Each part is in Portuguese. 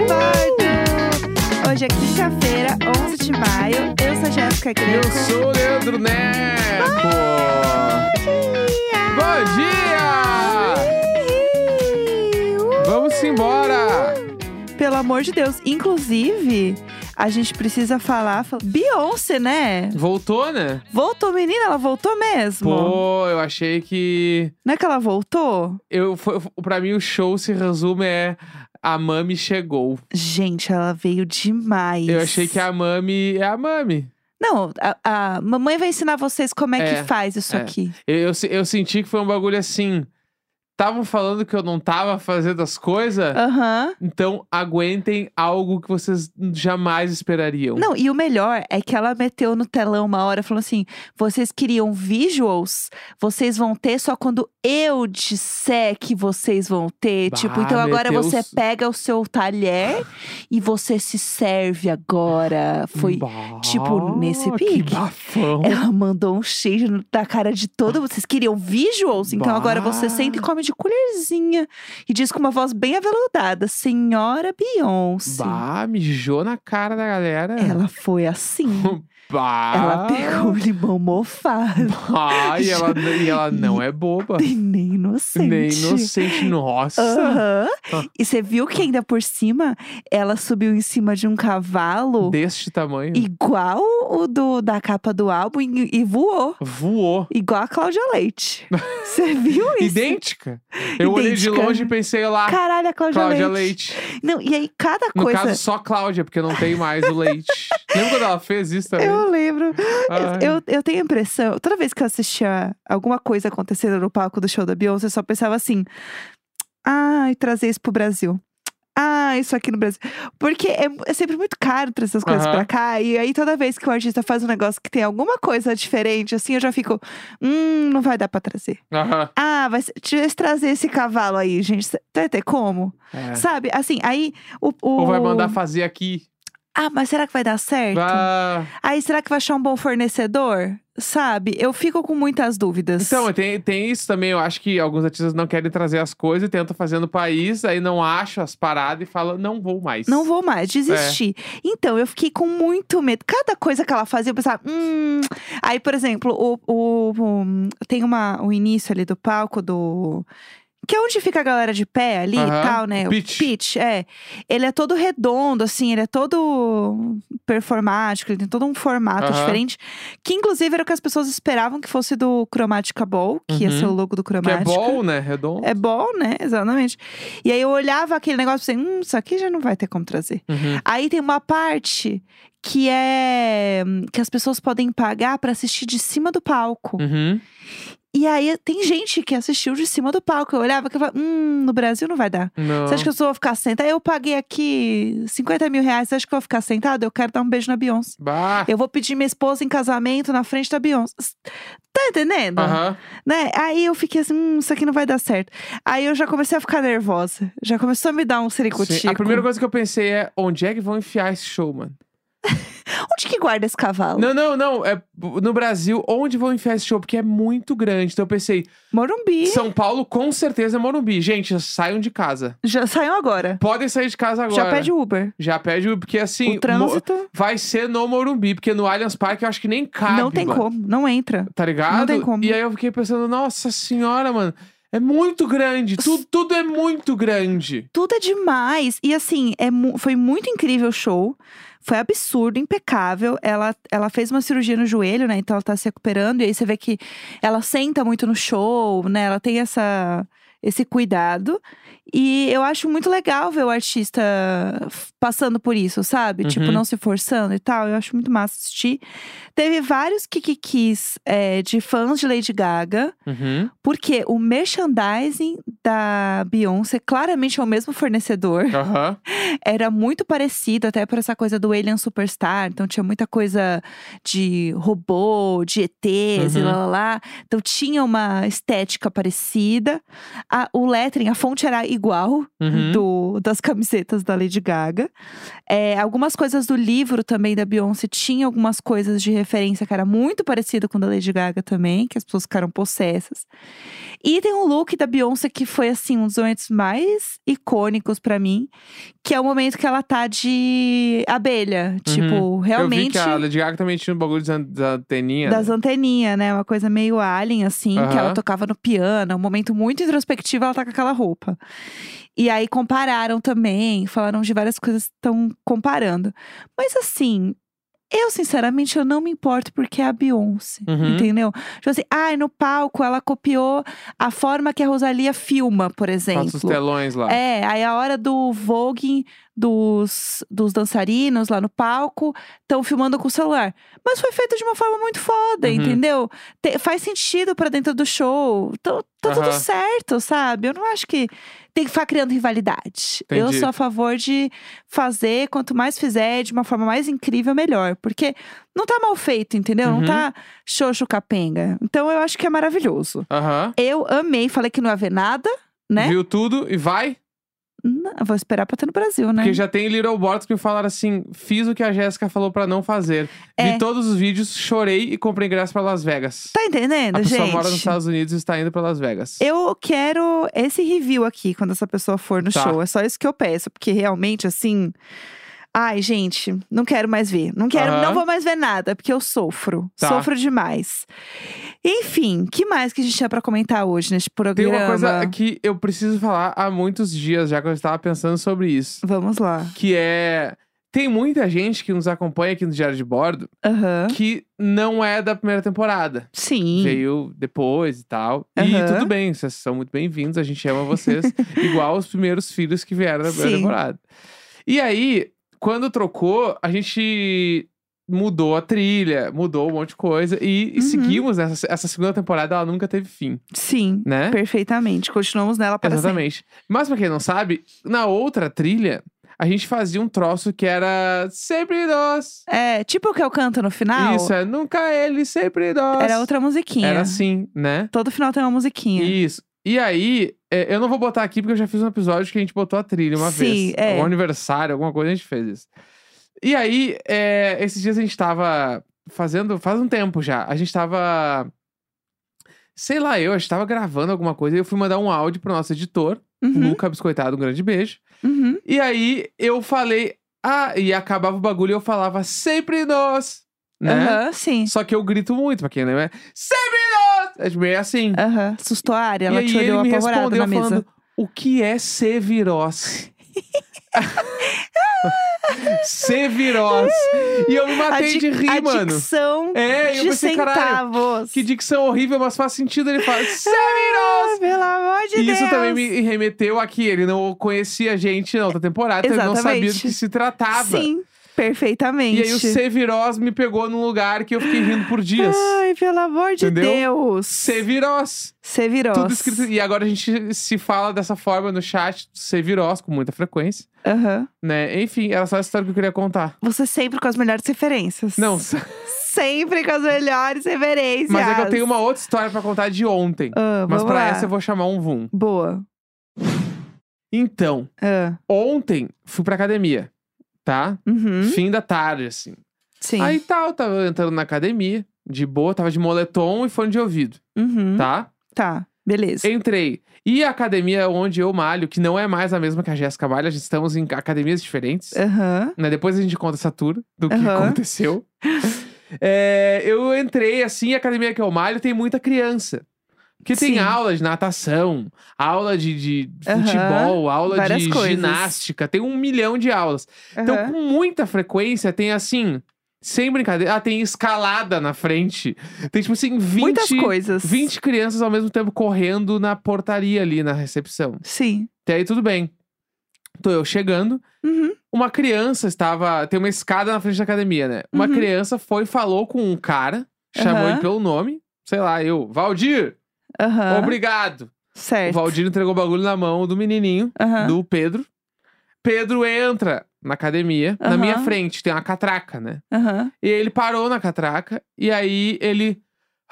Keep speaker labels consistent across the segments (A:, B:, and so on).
A: um Hoje é quinta-feira, 11 de maio. Eu sou a Jéssica
B: Eu
A: Greco.
B: sou o Leandro Neco! Bom dia! Vamos embora!
A: Pelo amor de Deus. Inclusive, a gente precisa falar. fal- Beyoncé, né?
B: Voltou, né?
A: Voltou, menina? Ela voltou mesmo?
B: Pô, eu achei que.
A: Não é que ela voltou?
B: Eu, foi, pra mim, o show se resume é. A Mami chegou.
A: Gente, ela veio demais.
B: Eu achei que a Mami é a Mami.
A: Não, a, a mamãe vai ensinar vocês como é,
B: É,
A: que faz isso
B: é.
A: aqui.
B: Eu, eu, se- eu senti que foi um bagulho assim. Estavam falando que eu não tava fazendo as coisas.
A: Aham.
B: Então, aguentem algo que vocês jamais esperariam.
A: Não, e o melhor é que ela meteu no telão uma hora, falou assim: vocês queriam visuals, vocês vão ter só quando eu disser que vocês vão ter.
B: Bah,
A: tipo, então agora
B: meteu
A: você
B: os-
A: pega o seu talher e você se serve agora. Foi.
B: Bah,
A: tipo, nesse
B: Que
A: pique.
B: bafão.
A: Ela mandou um cheiro no- da cara de todo mundo. Vocês queriam visuals? Então
B: Bah.
A: agora você senta e come de colherzinha. E diz com uma voz bem aveludada: Senhora Beyoncé.
B: Bah, mijou na cara da galera.
A: Ela foi assim.
B: Bah.
A: Ela pegou o limão mofado.
B: Bah, e ela, e ela não é boba.
A: E nem inocente.
B: Nem inocente. Nossa.
A: Aham.
B: Ah.
A: E você viu que ainda por cima ela subiu em cima de um cavalo
B: Deste tamanho.
A: igual o do, da capa do álbum e, e voou.
B: Voou.
A: Igual a Cláudia Leite. Você viu isso?
B: Idêntica. Eu olhei de
A: Idêntica.
B: longe e pensei lá.
A: Caralho, a Cláudia,
B: Cláudia
A: Leite.
B: Leite.
A: Não, e aí cada
B: No
A: coisa.
B: caso, só Cláudia, porque não tem mais o Leite. Lembra quando ela fez isso também? Ah,
A: Eu lembro.
B: Ai.
A: Eu, eu tenho a impressão, toda vez que eu assistia alguma coisa acontecendo no palco do show da Beyoncé, eu só pensava assim: ai, trazer isso pro Brasil. Ah, isso aqui no Brasil. Porque é, mu- é sempre muito caro trazer essas coisas
B: Aham.
A: pra cá. E aí, toda vez que o artista faz um negócio que tem alguma coisa diferente, assim, eu já fico. Hum, não vai dar pra trazer.
B: é. Aham.
A: Ah, vai ser- deixa eu trazer esse cavalo aí, gente. Cê- Vai ter como?
B: É.
A: Sabe? Assim, aí o. o-
B: Ou vai mandar fazer aqui.
A: Ah, mas será que vai dar certo?
B: Ah,
A: Aí, será que vai achar um bom fornecedor? Sabe? Eu fico com muitas dúvidas.
B: Então, tem, tem isso também. Eu acho que alguns artistas não querem trazer as coisas e tentam fazer no país, aí não acham as paradas e falam, não vou mais.
A: não vou mais, desisti.
B: é.
A: Então, eu fiquei com muito medo. Cada coisa que ela fazia, eu pensava, hum. Aí, por exemplo, o, o- o- tem uma, o início ali do palco do. Que é onde fica a galera de pé ali
B: Aham,
A: e tal, né?
B: o pitch.
A: é. Ele é todo redondo, assim, ele é todo performático, ele tem todo um formato
B: Aham.
A: diferente. Que, inclusive, era o que as pessoas esperavam que fosse do Chromatica Ball, que ia
B: Uhum.
A: ser o logo do
B: Que é
A: Chromatica.
B: bom, né? Redondo.
A: É bom, né? Exatamente. E aí eu olhava aquele negócio e pensei, hum, isso aqui já não vai ter como trazer.
B: Uhum.
A: Aí tem uma parte que é hum, que as pessoas podem pagar pra assistir de cima do palco.
B: Uhum.
A: E aí tem gente que assistiu de cima do palco. Eu olhava e falava, hum, no Brasil não vai dar.
B: Não.
A: Você acha que eu só vou ficar sentada? Eu paguei aqui 50 mil reais, você acha que eu vou ficar sentada? Eu quero dar um beijo na Beyoncé.
B: Bah.
A: Eu vou pedir minha esposa em casamento na frente da Beyoncé. Tá entendendo?
B: Aham.
A: né? Aí eu fiquei assim, hum, isso aqui não vai dar certo. Aí eu já comecei a ficar nervosa. Já começou a me dar um
B: Sim.
A: sericutico.
B: A primeira coisa que eu pensei é, onde é que vão enfiar esse show, mano?
A: Onde que guarda esse cavalo?
B: Não, não, não. É no Brasil, onde vão enfiar esse show? Porque é muito grande. Então eu pensei,
A: Morumbi.
B: São Paulo com certeza é Morumbi. Gente, saiam de casa.
A: Já saiu agora.
B: Podem sair de casa agora.
A: Já pede Uber.
B: Já pede, porque assim...
A: o
B: mo-
A: trânsito
B: vai ser no Morumbi, porque no Allianz Parque eu acho que nem cabe.
A: não tem
B: mano.
A: como, não entra.
B: Tá ligado?
A: Não tem como.
B: E aí eu fiquei pensando, nossa senhora, mano, é muito grande. tu- tudo é muito grande.
A: Tudo é demais. E assim, é mu- foi muito incrível o show. Foi absurdo, impecável. Ela, ela fez uma cirurgia no joelho, né? Então ela tá se recuperando. E aí você vê que ela senta muito no show, né? Ela tem essa, esse cuidado. E eu acho muito legal ver o artista f- passando por isso, sabe? Tipo,
B: Uhum.
A: não se forçando e tal. Eu acho muito massa assistir. Teve vários kikikis é, de fãs de Lady Gaga.
B: Uhum.
A: Porque o merchandising da Beyoncé claramente é o mesmo fornecedor.
B: Aham.
A: Era muito parecido até por essa coisa do Alien Superstar. Então tinha muita coisa de robô, de ETs e
B: Uhum.
A: lá, lá, lá. Então tinha uma estética parecida. A- o lettering, a fonte era igual
B: Uhum.
A: do- das camisetas da Lady Gaga. É, algumas coisas do livro também da Beyoncé tinha algumas coisas de referência que era muito parecido com o da Lady Gaga também, que as pessoas ficaram possessas. E tem um look da Beyoncé que foi assim um dos momentos mais icônicos pra mim, que é o momento que ela tá de abelha, tipo,
B: Uhum. Eu vi
A: realmente
B: que a Lady Gaga também tinha um bagulho de an- da anteninha.
A: das anteninhas, né? Uma coisa meio alien, assim, que
B: Aham.
A: ela tocava no piano. Um momento muito introspectivo, ela tá com aquela roupa. E aí compararam também, falaram de várias coisas que estão comparando. Mas assim, eu sinceramente eu não me importo porque é a Beyoncé,
B: Uhum.
A: entendeu? Tipo assim, ai, no palco ela copiou a forma que a Rosalia filma, por
B: Passa os
A: exemplo.
B: telões lá.
A: É, aí a hora do vogue dos, dos dançarinos lá no palco, estão filmando com o celular. Mas foi feito de uma forma muito foda,
B: Uhum.
A: entendeu? Te- faz sentido pra dentro do show. Então, tá tudo
B: Aham.
A: certo, sabe? Eu não acho que tem que ficar criando rivalidade. Eu
B: Entendi.
A: sou a favor de fazer, quanto mais fizer, de uma forma mais incrível, melhor. Porque não tá mal feito, entendeu?
B: Uhum.
A: Não tá xoxo capenga. Então, eu acho que é maravilhoso.
B: Aham.
A: Eu amei, falei que não ia haver nada, né?
B: Viu tudo e vai.
A: Não, eu vou esperar pra ter no Brasil, né?
B: Porque já tem Little Bots que me falaram assim: fiz o que a Jéssica falou pra não fazer.
A: É.
B: Vi todos os vídeos, chorei e comprei ingresso pra Las Vegas.
A: Tá entendendo,
B: a pessoa
A: gente?
B: mora nos Estados Unidos e está indo pra Las Vegas.
A: Eu quero esse review aqui quando essa pessoa for no
B: Tá.
A: show. É só isso que eu peço, porque realmente, assim. Ai, gente, não quero mais ver. Não quero,
B: Aham.
A: não vou mais ver nada, porque eu sofro.
B: Tá.
A: Sofro demais. Enfim, que mais que a gente tinha pra comentar hoje neste
B: Tem
A: programa?
B: uma coisa que eu preciso falar há muitos dias já que eu estava pensando sobre isso.
A: Vamos lá.
B: Que é. Tem muita gente que nos acompanha aqui no Diário de Bordo
A: Aham.
B: que não é da primeira temporada.
A: Sim.
B: Veio depois e tal. E
A: Aham.
B: tudo bem, vocês são muito bem-vindos, a gente ama vocês. igual os primeiros filhos que vieram da primeira
A: Sim.
B: temporada. E aí, quando trocou, a gente mudou a trilha, mudou um monte de coisa. E, e
A: Uhum.
B: seguimos nessa essa segunda temporada, ela nunca teve fim,
A: Sim.
B: né?
A: Perfeitamente. Continuamos nela para
B: Exatamente. Mas pra quem não sabe, na outra trilha, a gente fazia um troço que era sempre nós.
A: sempre. É, tipo o que eu canto no final.
B: Isso, é nunca ele, sempre nós.
A: Era outra musiquinha.
B: Era assim, né?
A: Todo final tem uma musiquinha.
B: Isso. E aí, é, eu não vou botar aqui porque eu já fiz um episódio que a gente botou a trilha uma
A: Sim,
B: vez.
A: é.
B: Um aniversário, alguma coisa, a gente fez isso. E aí, é, esses dias a gente tava fazendo. Faz um tempo já. A gente tava. Sei lá, eu, a gente tava gravando alguma coisa e eu fui mandar um áudio pro nosso editor,
A: Uhum,
B: Luca Biscoitado, um grande beijo.
A: uhum.
B: E aí eu falei, ah, e acabava o bagulho e eu falava sempre nós, né?
A: Aham, sim.
B: Só que eu grito muito, pra quem não é, sempre nós! É tipo, meio assim.
A: Aham. Assustou a área, ela
B: e aí
A: te olhou
B: ele me
A: apavorada
B: respondeu
A: na mesa.
B: falando, o que é ser virós? ser virós. E eu me
A: a
B: matei
A: dic-
B: "Ah, de rir,
A: a
B: mano.
A: dicção
B: É, e eu
A: de
B: pensei, caralho,
A: centavos.
B: que dicção horrível, mas faz sentido ele fala, ser virós!
A: Ah, Pelo amor de
B: E
A: Deus.
B: isso também me remeteu a que ele não conhecia a gente na outra temporada, então ele não sabia do
A: Exatamente.
B: que se tratava.
A: Sim, perfeitamente.
B: E aí o Sevirós me pegou num lugar que eu fiquei rindo por dias.
A: Ai, pelo amor de
B: Entendeu?
A: Deus.
B: Sevirós.
A: Sevirós.
B: Tudo escrito. E agora a gente se fala dessa forma no chat, Sevirós, com muita frequência.
A: Aham.
B: Né? Enfim, era só a história que eu queria contar.
A: Você sempre com as melhores referências.
B: Não,
A: Sempre com as melhores referências.
B: mas é que eu tenho uma outra história pra contar de ontem.
A: Ah,
B: mas
A: vamos
B: pra
A: lá.
B: essa eu vou chamar um Vum.
A: Boa.
B: Então,
A: Ah,
B: ontem fui pra academia, tá?
A: uhum.
B: Fim da tarde, assim.
A: Sim.
B: Aí tal, tava entrando na academia, de boa, tava de moletom e fone de ouvido,
A: Uhum.
B: tá?
A: Tá, beleza.
B: Entrei. E a academia é onde eu malho, que não é mais a mesma que a Jéssica malha, a gente estamos em academias diferentes.
A: Aham.
B: Né? Depois a gente conta essa tour do que
A: Aham.
B: aconteceu. É, eu entrei, assim, a academia que eu malho tem muita criança. Porque
A: Sim.
B: tem aula de natação, aula de, de
A: Aham.
B: futebol, aula
A: Várias
B: de
A: coisas.
B: ginástica, tem um milhão de aulas. Então,
A: aham.
B: com muita frequência, tem assim, sem brincadeira, ah, tem escalada na frente. Tem tipo assim, 20
A: Muitas coisas.
B: 20 crianças ao mesmo tempo correndo na portaria ali na recepção.
A: Sim.
B: Até aí tudo bem. Tô eu chegando,
A: Uhum.
B: uma criança estava, tem uma escada na frente da academia, né? Uma
A: Uhum.
B: criança foi falou com um cara, chamou
A: Aham.
B: ele pelo nome, sei lá, eu, Valdir,
A: Aham.
B: obrigado. O
A: Certo.
B: Valdir entregou o bagulho na mão do menininho,
A: Aham.
B: do Pedro. Pedro entra na academia, na
A: Aham.
B: minha frente, tem uma catraca, né?
A: Aham.
B: E ele parou na catraca. E aí ele.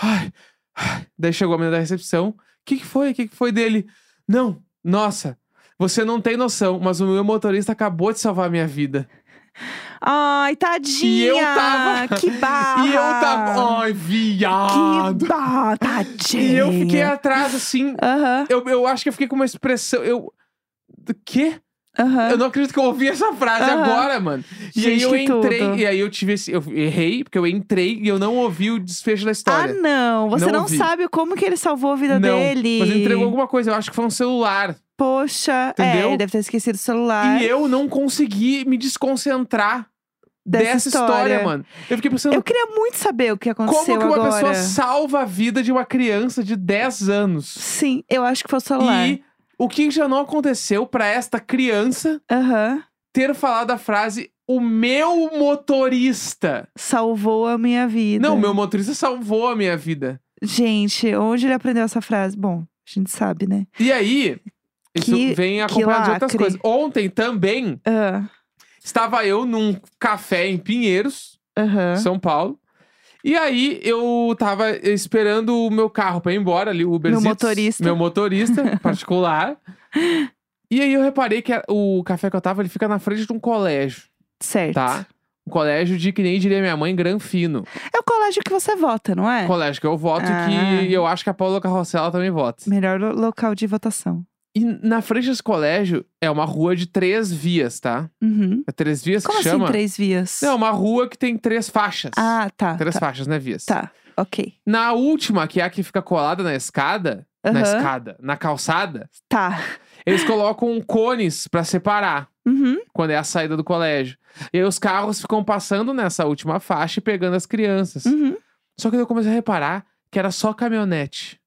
B: Ai, ai. Daí chegou a menina da recepção. O que, que foi? O que, que foi dele? Não, nossa, você não tem noção, mas o meu motorista acabou de salvar a minha vida.
A: Ai,
B: E
A: tadinha!
B: eu tava-
A: Que barra!
B: E eu tava. Ai, viado!
A: Que barra, tadinha!
B: E eu fiquei atrás assim.
A: Aham,
B: Eu, eu acho que eu fiquei com uma expressão. Eu. Do quê?
A: aham.
B: Eu não acredito que eu ouvi essa frase
A: Aham.
B: agora, mano. E aí
A: Gente,
B: eu
A: que
B: entrei,
A: tudo.
B: e aí eu tive esse. Eu errei, porque eu entrei e eu não ouvi o desfecho da
A: Ah,
B: história.
A: não! Você
B: Não
A: não,
B: ouvi.
A: sabe como que ele salvou a vida
B: não,
A: dele.
B: Mas ele entregou alguma coisa, eu acho que foi um celular.
A: Poxa, é,
B: Entendeu?
A: ele deve ter esquecido o celular.
B: E eu não consegui me desconcentrar
A: Dessa
B: história.
A: história.
B: mano. Eu fiquei pensando,
A: Eu queria muito saber o que
B: como que
A: aconteceu
B: uma
A: agora.
B: pessoa salva a vida de uma criança de 10 anos?
A: Sim, eu acho que foi o celular.
B: E o que já não aconteceu pra esta criança
A: Aham.
B: ter falado a frase o meu motorista.
A: Salvou a minha vida.
B: Não, meu motorista salvou a minha vida.
A: Gente, onde ele aprendeu essa frase? Bom, a gente sabe, né?
B: E aí, isso
A: Que-
B: vem acompanhado de outras
A: lacre.
B: coisas. Ontem também
A: Ah,
B: estava eu num café em Pinheiros,
A: Aham.
B: São Paulo. E aí eu tava esperando o meu carro pra ir embora ali, o Uber
A: motorista.
B: Meu motorista particular. E aí eu reparei que a- o café que eu tava, ele fica na frente de um colégio,
A: Certo.
B: tá? Um colégio de, que nem diria minha mãe, Granfino.
A: É o colégio que você vota, não é?
B: Colégio que eu voto
A: Ah.
B: e que eu acho que a Paula Carrossela também vota.
A: Melhor lo- local de votação.
B: E na frente desse colégio é uma rua de três vias, tá?
A: Uhum.
B: É três vias
A: Como
B: que
A: assim
B: chama?
A: três vias?
B: Não, é uma rua que tem três faixas.
A: Ah, tá.
B: três
A: tá,
B: faixas, né, vias?
A: tá, ok.
B: Na última, que é a que fica colada na escada, na
A: Aham.
B: escada, na calçada,
A: Tá.
B: eles colocam um cones pra separar
A: Uhum.
B: quando é a saída do colégio. E aí os carros ficam passando nessa última faixa e pegando as crianças.
A: Uhum.
B: Só que daí eu comecei a reparar que era só caminhonete,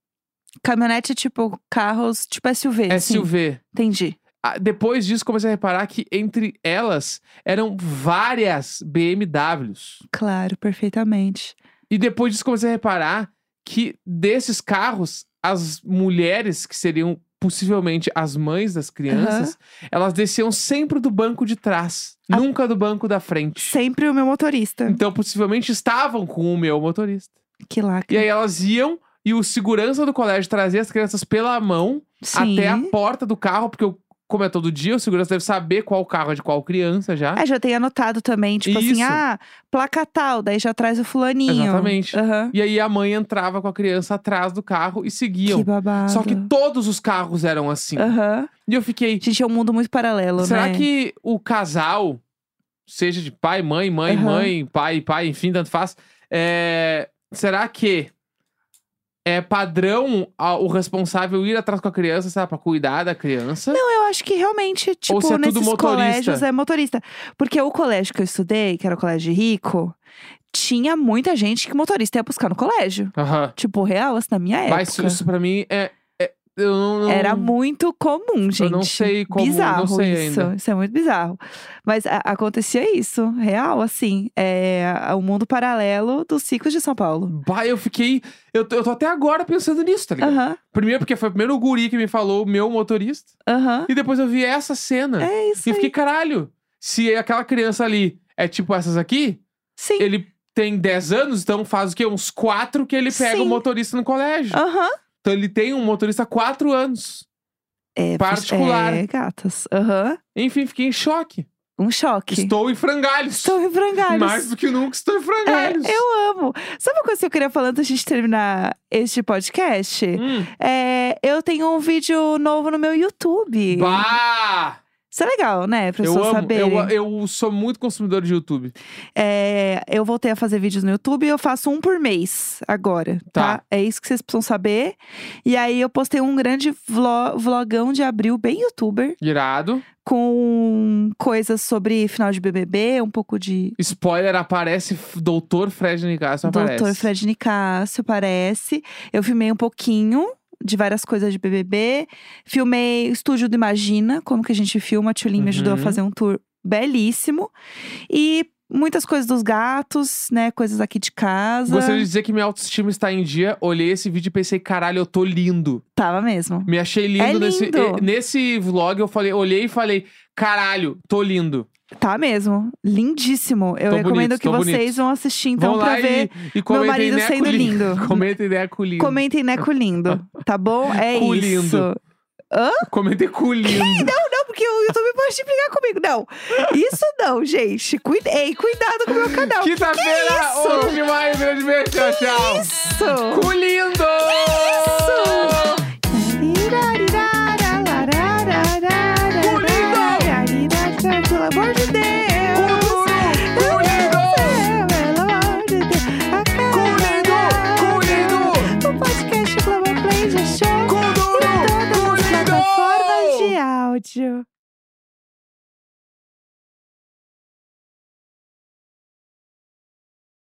A: Caminhonete é tipo carros, tipo SUV.
B: É
A: assim.
B: SUV.
A: Entendi.
B: Ah, Depois disso, comecei a reparar que entre elas eram várias BMWs.
A: Claro, perfeitamente.
B: E depois disso, comecei a reparar que desses carros, as mulheres, que seriam possivelmente as mães das crianças, elas desciam sempre do banco de trás,
A: Ah.
B: nunca do banco da frente.
A: Sempre o meu motorista.
B: Então, possivelmente estavam com o meu motorista.
A: Que lacre.
B: E aí elas iam e o segurança do colégio trazia as crianças pela mão
A: Sim.
B: até a porta do carro, porque eu- Como é todo dia, o segurança deve saber qual carro é de qual criança já.
A: Ah, já tem anotado também, tipo assim,
B: Isso.
A: ah, placa tal, daí já traz o fulaninho.
B: Exatamente.
A: Aham.
B: E aí a mãe entrava com a criança atrás do carro e seguiam.
A: Que babado.
B: Só que todos os carros eram assim.
A: Aham.
B: E eu fiquei,
A: Gente, é um mundo muito paralelo,
B: será
A: né?
B: que o casal, seja de pai, mãe, mãe,
A: Aham.
B: mãe, pai, pai, enfim, tanto faz, é, será que é padrão a- o responsável ir atrás com a criança, sabe, pra cuidar da criança?
A: Não, eu acho que realmente, tipo,
B: se é tudo
A: nesses
B: motorista?
A: colégios é motorista. Porque o colégio que eu estudei, que era o colégio de rico, tinha muita gente que motorista ia buscar no colégio.
B: Aham.
A: Tipo, real, assim, na minha
B: Mas isso,
A: época.
B: isso pra mim é. é- eu não, não-
A: Era muito comum, gente.
B: não sei como- não
A: Bizarro
B: sei
A: isso.
B: ainda.
A: Isso é muito bizarro. Mas a- acontecia isso, real, assim. É o mundo paralelo dos ciclos de São Paulo.
B: Bah, eu fiquei. Eu, tô- eu tô até agora pensando nisso, tá ligado?
A: Aham,
B: Primeiro, porque foi o primeiro guri que me falou, o meu motorista.
A: aham.
B: E depois eu vi essa cena.
A: É
B: e
A: isso.
B: eu
A: aí.
B: fiquei, caralho, se aquela criança ali é tipo essas aqui,
A: Sim.
B: ele tem 10 anos, então faz o quê? Uns 4 que ele pega o
A: Sim. Ah.
B: motorista no colégio.
A: Aham.
B: Então ele tem um motorista há 4 anos.
A: É, pux-
B: Particular.
A: É, gatas. Aham.
B: Enfim, fiquei em choque.
A: Um choque.
B: Estou em frangalhos.
A: Estou em frangalhos.
B: Mais do que nunca estou em
A: É,
B: frangalhos.
A: eu amo. Sabe uma coisa que eu queria falar antes de a gente terminar este podcast?
B: Hum.
A: É, eu tenho um vídeo novo no meu YouTube.
B: Bah!
A: Isso é legal, né? Pra
B: Eu
A: pessoas
B: amo.
A: saberem.
B: Eu, eu sou muito consumidor de YouTube.
A: É, eu voltei a fazer vídeos no YouTube e eu faço um por mês agora, tá?
B: Tá.
A: É isso que vocês precisam saber. E aí eu postei um grande vlo- vlogão de abril, bem youtuber,
B: Irado.
A: com coisas sobre final de BBB, um pouco de
B: Spoiler, aparece F- Doutor Fred Nicasso. aparece.
A: Doutor Fred Nicásio, parece. Eu filmei um pouquinho de várias coisas de BBB. Filmei o estúdio do Imagina, como que a gente filma. A Tulin me ajudou a
B: Uhum.
A: fazer um tour belíssimo. E muitas coisas dos gatos, né? Coisas aqui de casa.
B: Gostaria de dizer que minha autoestima está em dia. Olhei esse vídeo e pensei, caralho, eu tô lindo.
A: Tava mesmo.
B: Me achei lindo,
A: É
B: nesse
A: lindo.
B: e- nesse vlog. Eu falei, olhei e falei, caralho, tô lindo.
A: Tá mesmo. Lindíssimo. Eu
B: Tô
A: recomendo
B: bonito,
A: que
B: tô
A: vocês
B: bonito.
A: vão assistir, então,
B: Vão
A: pra
B: lá e-
A: ver.
B: e, comentem
A: marido
B: né,
A: sendo
B: culindo.
A: lindo.
B: comentem né, culindo.
A: Comentem, né, com lindo. Tá bom? É
B: Com
A: isso.
B: lindo.
A: Hã?
B: Comentei
A: Então,
B: cu lindo.
A: Não, porque o YouTube pode brigar comigo. Não. Isso não, gente. Cuida... Ei, cuidado com o meu canal. Que é
B: Quinta-feira,
A: isso?
B: 11 de maio, um grande beijo. Tchau, tchau.
A: isso?
B: Cu lindo!
A: Pelo amor de Deus!
B: Cu lindo!
A: Pelo amor de Deus!
B: Cu lindo!
A: O podcast Globoplay já chega
B: Cu lindo! Cu lindo!
A: em todas
B: Cu lindo!
A: as plataformas de áudio.